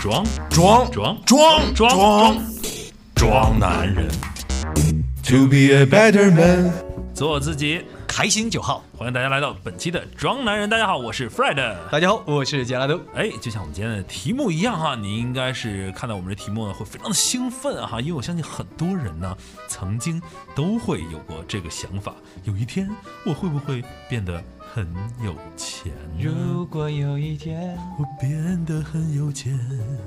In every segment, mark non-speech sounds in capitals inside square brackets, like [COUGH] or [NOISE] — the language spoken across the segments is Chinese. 装装装装装装装男人， ，To be a better man。做我自己。开心九号，欢迎大家来到本期的装男人，大家好，我是 Fred。大家好，我是杰拉德。哎，就像我们今天的题目一样哈，你应该是看到我们这题目呢，会非常的兴奋啊哈，因为我相信很多人呢，曾经都会有过这个想法，有一天我会不会变得很有钱呢？如果有一天，我变得很有钱，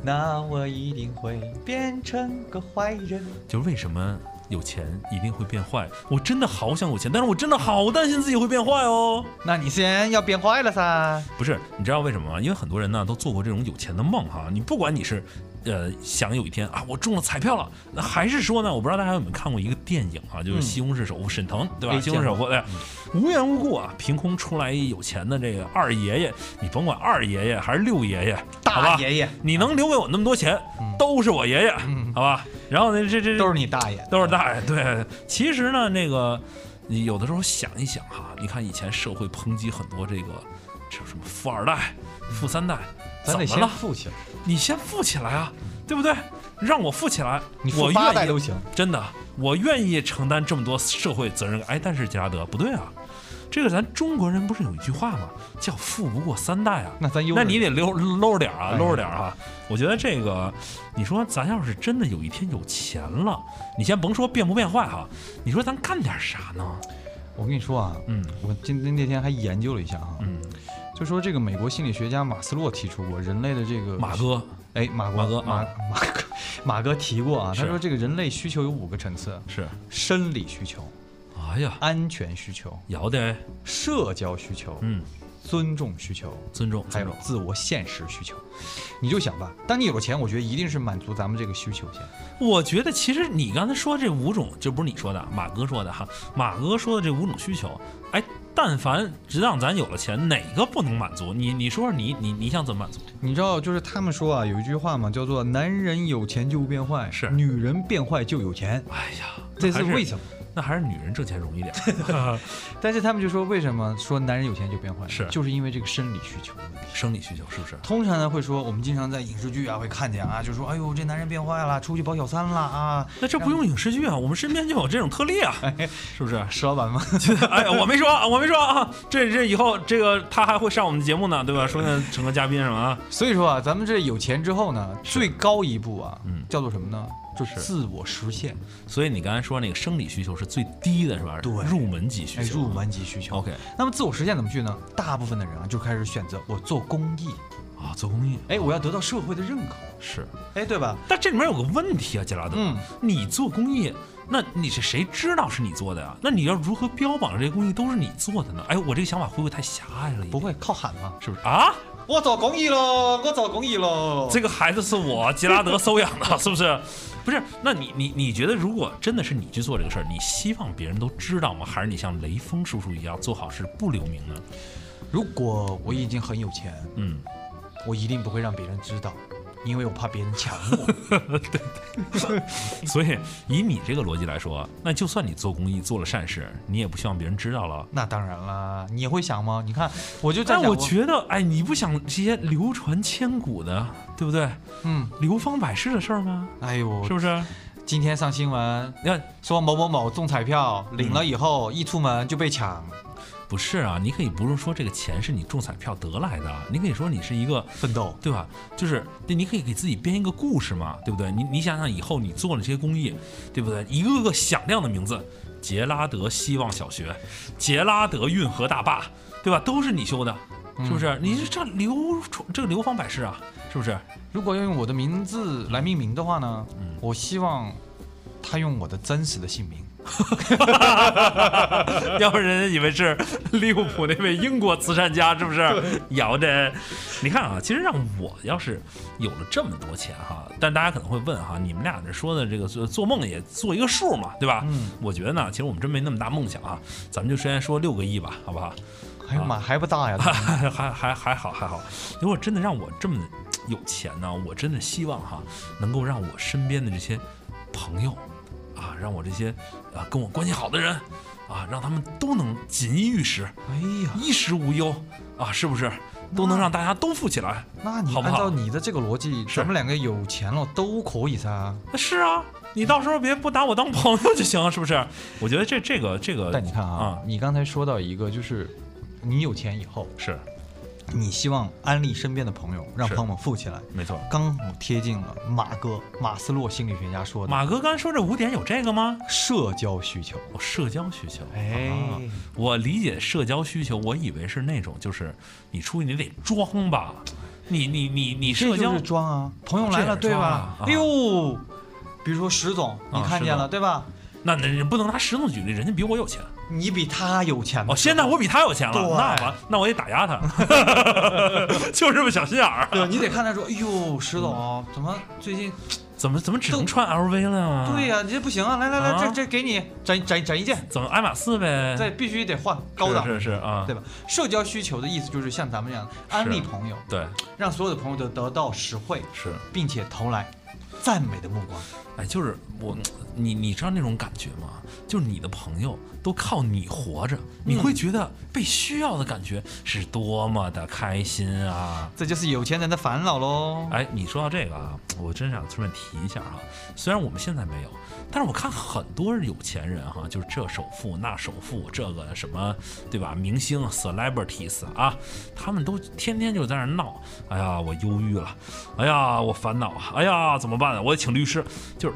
那我一定会变成个坏人。就是为什么有钱一定会变坏？我真的好想有钱，但是我真的好担心自己会变坏哦。那你先要变坏了噻？不是，你知道为什么吗？因为很多人呢都做过这种有钱的梦哈。你不管你是，呃，想有一天啊，我中了彩票了，那还是说呢，我不知道大家有没有看过一个电影啊，嗯就是《西红柿首富沈腾》，对吧？哎西红柿首富，对，无缘无故啊，凭空出来一有钱的这个二爷爷，你甭管二爷爷还是六爷爷，好吧大爷爷嗯你能留给我那么多钱，都是我爷爷，好吧？然后呢，这这都是你大爷。 [LAUGHS] 都是大爷。对，其实呢，那个你有的时候想一想哈，你看以前社会抨击很多这个这什么富二代、富三代，嗯怎咱得么先了？富起来，你先富起来啊，对不对？让我富起来，你我富八代愿都意，行。真的，我愿意承担这么多社会责任感。哎，但是杰拉德不对啊。这个咱中国人不是有一句话吗？叫“富不过三代”啊。那咱悠着那你得溜搂着点儿啊，哎搂着点儿哈、我觉得这个，你说咱要是真的有一天有钱了，你先甭说变不变坏哈、你说咱干点啥呢？我跟你说啊，嗯我今天那天还研究了一下哈，嗯，就说这个美国心理学家马斯洛提出过人类的这个马哥，哎马马哥哥马啊马哥 [LAUGHS] 马哥提过啊，他是说这个人类需求有五个层次：是，生理需求、哎呀，安全需求、要得，社交需求、嗯，尊重需求，尊重，还尊有重。自我现实需求。你就想吧，当你有了钱，我觉得一定是满足咱们这个需求先。我觉得其实你刚才说这五种，这不是你说的，马哥说的哈，马哥说的这五种需求，哎，但凡只让咱有了钱，哪个不能满足？你你说说你你你想怎么满足？你知道，就是他们说啊，有一句话嘛，叫做“男人有钱就变坏，是女人变坏就有钱哎呀”，，这还是是为什么？那还是女人挣钱容易点儿。 [LAUGHS] 但是他们就说，为什么说男人有钱就变坏？是就是因为这个生理需求的问题。生理需求是不是？通常呢会说，我们经常在影视剧啊会看见啊，就说哎呦这男人变坏了，出去保小三了啊，那这不用影视剧啊，我们身边就有这种特例啊，哎是不是？石老板吗？ [LAUGHS] 哎，我没说，啊，我没说啊，这这以后这个他还会上我们节目呢，对吧？说那成个嘉宾什么啊？所以说啊，咱们这有钱之后呢，最高一步啊，嗯叫做什么呢？就是是自我实现，所以你刚才说那个生理需求是最低的，是吧？对入门级需哎，求。入。门级需求。 OK 那么自我实现怎么去呢？大部分的人啊，就开始选择我做公益，啊，做公益哎，我要得到社会的认可，是，哎，对吧？但这里面有个问题啊，杰拉德，嗯你做公益，那你是谁知道是你做的呀、那你要如何标榜这些公益都是你做的呢？哎，我这个想法会不会太狭隘了一点？不会靠喊嘛？是不是啊？我做公益喽，我做公益喽。这个孩子是我杰拉德收养 [LAUGHS] 的，是不是？不是，那你你你觉得，如果真的是你去做这个事儿，你希望别人都知道吗？还是你像雷锋叔叔一样做好事不留名呢？如果我已经很有钱，嗯，我一定不会让别人知道，因为我怕别人 [LAUGHS] 抢我。所以以你这个逻辑来说，那就算你做公益做了善事，你也不希望别人知道了。那当然啦，你也会想吗？你看，我就在但想我觉得，哎，你不想这些流传千古的，对不对？嗯，流芳百世的事儿吗？哎呦，是不 [LAUGHS] 是？今天上新闻你看，说某某某中彩票，领了以后、一出门就被抢，不是啊，你可以不是说这个钱是你中彩票得来的，你可以说你是一个奋斗。对吧？就是对，你可以给自己编一个故事嘛，对不对？你你想想以后你做了这些公益，对不对？一个个响亮的名字，杰拉德希望小学，杰拉德运河大坝，对吧？都是你修的，是不是？你这这流传这个流芳百世啊，是不是？如果要用我的名字来命名的话呢，我希望他用我的真实的姓名。 [LAUGHS] 要不然人家以为是利物浦那位英国慈善家，是不是？摇的，你看啊，其实让我要是有了这么多钱哈，但大家可能会问哈，你们俩这说的这个做做梦也做一个数嘛，对吧？嗯，我觉得呢，其实我们真没那么大梦想啊，咱们就先说六个亿吧，好不好？哎呀妈，还不大呀！还 [LAUGHS] 还还还好还好。如果真的让我这么有钱呢，我真的希望哈，能够让我身边的这些朋友啊，让我这些啊跟我关系好的人啊，让他们都能锦衣玉食，哎呀，衣食无忧啊，是不是？都能那让大家都富起来，那你好不按好照你的这个逻辑，是咱们两个有钱了都可以噻。那是啊，你到时候别不拿我当朋友就行了，是不是？我觉得这这个这个，但你看啊，啊，你刚才说到一个，就是你有钱以后，是你希望安利身边的朋友，让是朋友们富起来，没错。刚好贴近了马哥马斯洛心理学家说的马哥刚才说这五点有这个吗？社交需求。哦，社交需求。哎啊，我理解社交需求，我以为是那种就是你出去你得装吧，你你你你这社就交是装啊，朋友来了这对也是装吧啊？啊哎呦，比如说石总，你啊看石见了总对吧？那那你不能拿石头举例，人家比我有钱。你比他有钱哦，现在我比他有钱了，嗯那对我那我得打压他， [LAUGHS] 就这么小心眼儿。对，你得看他说，哎呦，石总怎么最近？怎么怎么只能穿 LV 了啊？对、呀，你这不行啊！来来来，啊这这给你整整整一件，怎么爱马仕呗？这必须得换高是档，是是啊，对吧？社交需求的意思就是像咱们这样安利朋友，对让所有的朋友都得到实惠，是。并且投来赞美的目光。哎，就是我，你你知道那种感觉吗？就是你的朋友都靠你活着，你会觉得被需要的感觉是多么的开心啊！这就是有钱人的烦恼喽。哎，你说到这个啊，我真想顺便提一下哈、虽然我们现在没有，但是我看很多有钱人哈、就是这首富那首富，这个什么对吧？明星 celebrities 啊，他们都天天就在那儿闹，哎呀，我忧郁了，哎呀，我烦恼啊，哎呀，怎么办啊？我得请律师，就是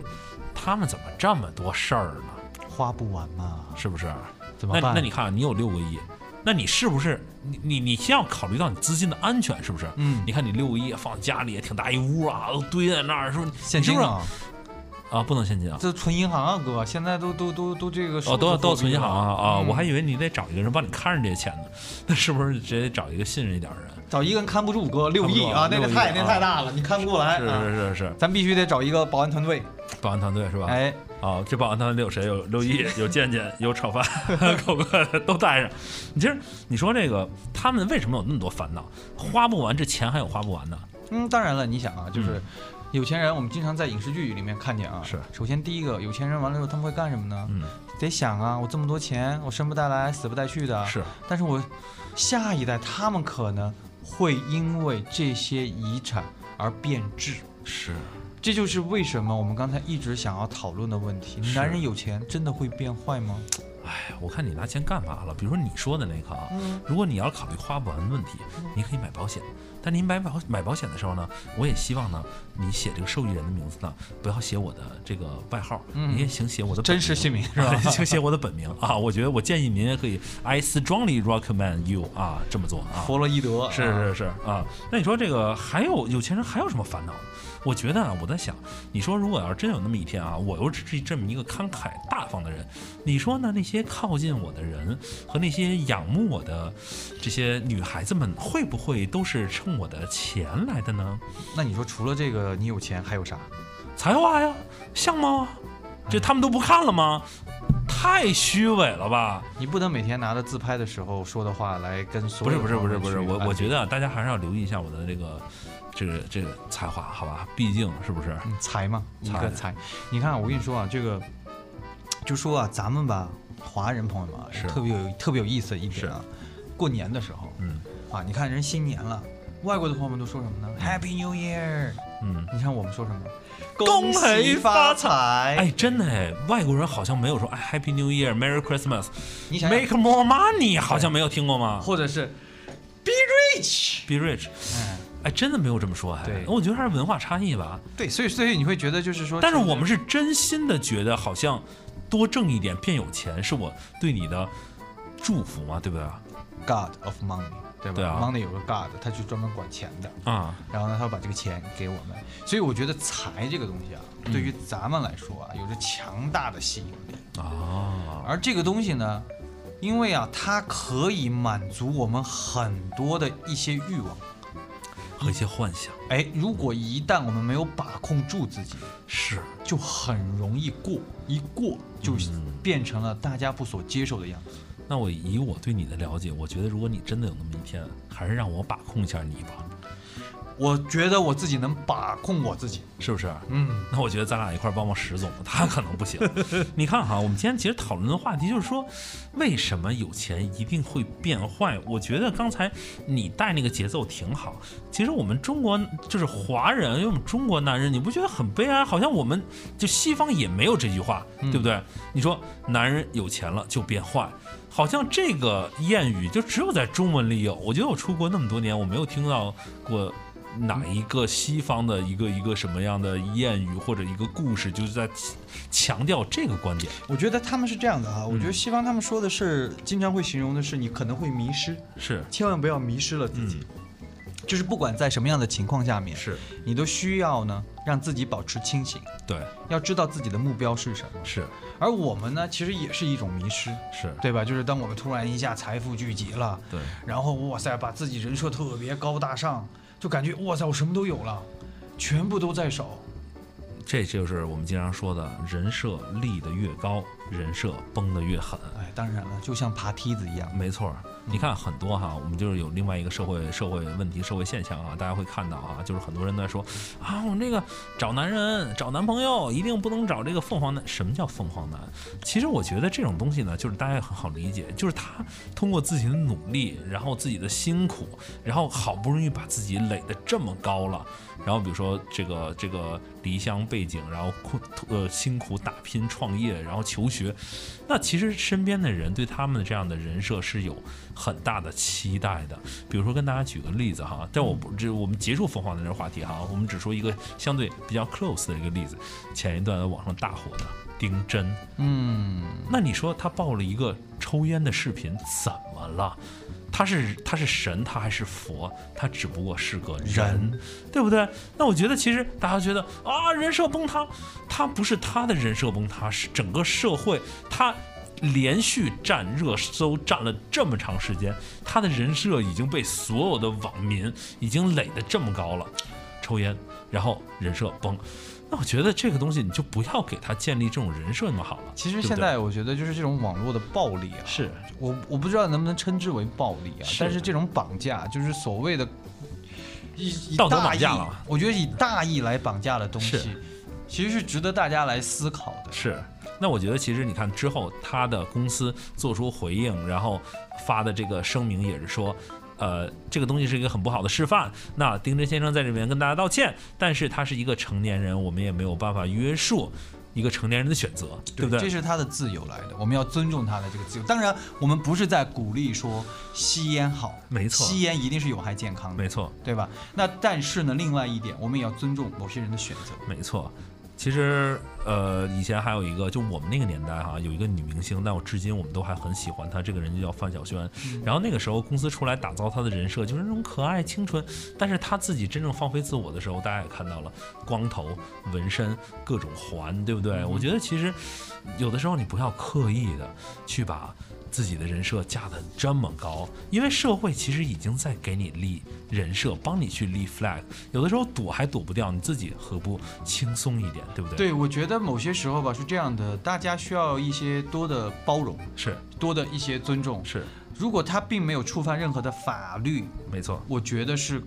他们怎么这么多事儿呢？花不完嘛，是不是？怎么那办？那你看啊，你有六个亿，那你是不是你你你先要考虑到你资金的安全，是不是？嗯你看你六个亿放家里也挺大一屋啊，都堆在那儿，是不是？现你是金不是啊，啊，不能现金啊。这存银行啊，哥，现在都都都都这个哦，都要都要存银行啊啊！嗯我还以为你得找一个人帮你看着这些钱呢，那是不是直接找一个信任一点的人？找一个人看不住，哥，六看不亿住啊啊，那个六亿太那啊太大了，你看不过来。是啊是是是，咱必须得找一个保安团队，保安团队是吧？哎，啊，这保安团队有谁？有六 [LAUGHS] 一，有健健，有炒饭，狗哥都带上。你其实你说这个，他们为什么有那么多烦恼？花不完，这钱还有花不完的。嗯，当然了，你想啊，就是有钱人，我们经常在影视剧里面看见啊。嗯是首先第一个，有钱人完了之后他们会干什么呢？嗯，得想啊，我这么多钱，我生不带来，死不带去的。是。但是我下一代他们可能会因为这些遗产而变质，是，这就是为什么我们刚才一直想要讨论的问题：是男人有钱真的会变坏吗？哎，我看你拿钱干嘛了？比如说你说的那个嗯啊，如果你要考虑花不完的问题，你可以买保险。但您买保买保险的时候呢，我也希望呢，你写这个受益人的名字呢，不要写我的这个外号，嗯你也请写我的真实姓名是吧 [LAUGHS] 请写我的本名啊。我觉得我建议您也可以，I strongly recommend you 啊，这么做啊。弗洛伊德是啊是是啊，那你说这个还有有钱人还有什么烦恼？我觉得啊，我在想，你说如果要是真有那么一天啊，我又是这么一个慷慨大方的人，你说呢？那些靠近我的人和那些仰慕我的这些女孩子们，会不会都是冲我的钱来的呢？那你说除了这个，你有钱还有啥？才华呀，相貌啊，这他们都不看了吗？太虚伪了吧！你不能每天拿着自拍的时候说的话来跟所不是有不是朋不是友不是，去我安我慰觉得啊，大家还是要留意一下我的这个这个这个才华，好吧？毕竟是不是？嗯财嘛，一财个财。你看啊，我跟你说啊，这个就说啊，咱们吧，华人朋友们啊，是特别有特别有意思的一点啊，过年的时候嗯啊，你看人新年了，外国的朋友们都说什么呢？Happy New Year！嗯。你看我们说什么？恭喜喜发发财！哎，真的哎，外国人好像没有说哎 Happy New Year, Merry Christmas, 你想想 Make more money，好像没有听过吗或者是 Be Rich！ ？Be rich，哎，哎，真的没有这么说哎。对我觉得还是文化差异吧。对，所以所以你会觉得就是说，但是我们是真心的觉得，好像多挣一点变有钱是我对你的祝福嘛，对不啊对？ God of Money，对吧对啊 m o n e y 有个 God，他就专门管钱的。啊，然后呢，他把这个钱给我们。所以我觉得财这个东西啊，对于咱们来说啊，有着强大的吸引力。啊，而这个东西呢，因为啊，它可以满足我们很多的一些欲望。和一些幻想哎，如果一旦我们没有把控住自己，是就很容易过，一过就嗯变成了大家不所接受的样子。那我以我对你的了解，我觉得如果你真的有那么一天，还是让我把控一下你吧。我觉得我自己能把控我自己。是不是？嗯，那我觉得咱俩一块儿帮帮石总，他可能不行。你看哈，我们今天其实讨论的话题就是说，为什么有钱一定会变坏？我觉得刚才你带那个节奏挺好。其实我们中国就是华人，因为我们中国男人，你不觉得很悲哀？好像我们就西方也没有这句话，对不对？你说男人有钱了就变坏。好像这个谚语就只有在中文里有。我觉得我出国那么多年，我没有听到过哪一个西方的一个一个什么样的谚语或者一个故事，就是在强调这个观点。我觉得他们是这样的嗯哈，我觉得西方他们说的是经常会形容的是你可能会迷失，是千万不要迷失了自己。嗯就是不管在什么样的情况下面，是，你都需要呢让自己保持清醒，对，要知道自己的目标是什么。是而我们呢，其实也是一种迷失，是，对吧？就是当我们突然一下财富聚集了，对，然后哇塞，把自己人设特别高大上，就感觉哇塞，我什么都有了，全部都在手。这就是我们经常说的人设立得越高，人设崩得越狠。哎，当然了，就像爬梯子一样。没错儿，你看很多哈，我们就是有另外一个社会社会问题、社会现象啊，大家会看到啊，就是很多人都在说啊，我们这个找男人、找男朋友一定不能找这个凤凰男。什么叫凤凰男？其实我觉得这种东西呢，就是大家也很好理解，就是他通过自己的努力，然后自己的辛苦，然后好不容易把自己垒得这么高了，然后比如说这个这个离乡背景，然后困呃辛苦打拼创业，然后求学，那其实身边的人对他们的这样的人设是有很大的期待的。比如说跟大家举个例子哈，但我不这我们结束凤凰的这个话题哈，我们只说一个相对比较 close 的一个例子，前一段在网上大火的丁真，嗯，那你说他爆了一个抽烟的视频，怎么了？他是他是神，他还是佛，他只不过是个人人，对不对？那我觉得其实大家觉得啊，人设崩塌，他不是他的人设崩塌，是整个社会他。连续占热搜占了这么长时间，他的人设已经被所有的网民已经垒得这么高了，抽烟，然后人设崩，那我觉得这个东西你就不要给他建立这种人设那么好了。其实对不现对在我觉得就是这种网络的暴力啊，是我我不知道能不能称之为暴力啊，是但是这种绑架就是所谓的以以道德大绑架义了我觉得以大义来绑架的东西是，其实是值得大家来思考的。是，那我觉得其实你看之后，他的公司做出回应，然后发的这个声明也是说。呃，这个东西是一个很不好的示范。那丁真先生在这边跟大家道歉，但是他是一个成年人，我们也没有办法约束一个成年人的选择，对不这对？是他的自由来的，我们要尊重他的这个自由。当然，我们不是在鼓励说吸烟好，没错吸烟一定是有害健康的没，错，对吧？那但是呢，另外一点，我们也要尊重某些人的选择。没错。其实，呃，以前还有一个，就我们那个年代哈，有一个女明星，但我至今我们都还很喜欢她。这个人就叫范晓萱。然后那个时候公司出来打造她的人设，就是那种可爱清纯，但是她自己真正放飞自我的时候，大家也看到了，光头、纹身、各种环，对不对？我觉得其实有的时候你不要刻意的去把自己的人设架得这么高，因为社会其实已经在给你立人设，帮你去立 flag，有的时候躲还躲不掉，你自己何不轻松一点，对不对？，对，我觉得某些时候吧是这样的，大家需要一些多的包容，是多的一些尊重。是，如果他并没有触犯任何的法律，没错。我觉得是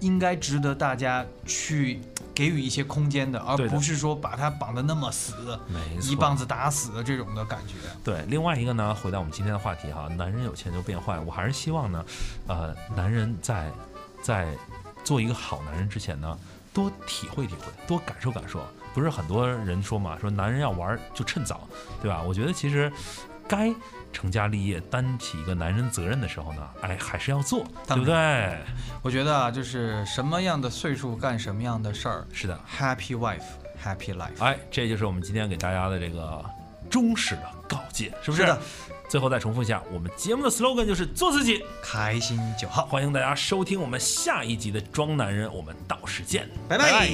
应该值得大家去给予一些空间的，而对的不是说把他绑得那么死，没错一棒子打死这种的感觉。对，另外一个呢，回到我们今天的话题哈，男人有钱就变坏，我还是希望呢，呃，男人在在做一个好男人之前呢，多体会体会，多感受感受。不是很多人说嘛，说男人要玩儿就趁早，对吧？我觉得其实该成家立业、担起一个男人责任的时候呢，哎，还是要做，对当不对？我觉得啊，就是什么样的岁数干什么样的事儿是的， ，Happy wife, Happy life。哎，这就是我们今天给大家的这个忠实的告诫，是不是？是的最后再重复一下，我们节目的 slogan 就是做自己。开心就好，欢迎大家收听我们下一集的《装男人》，我们到时见，拜拜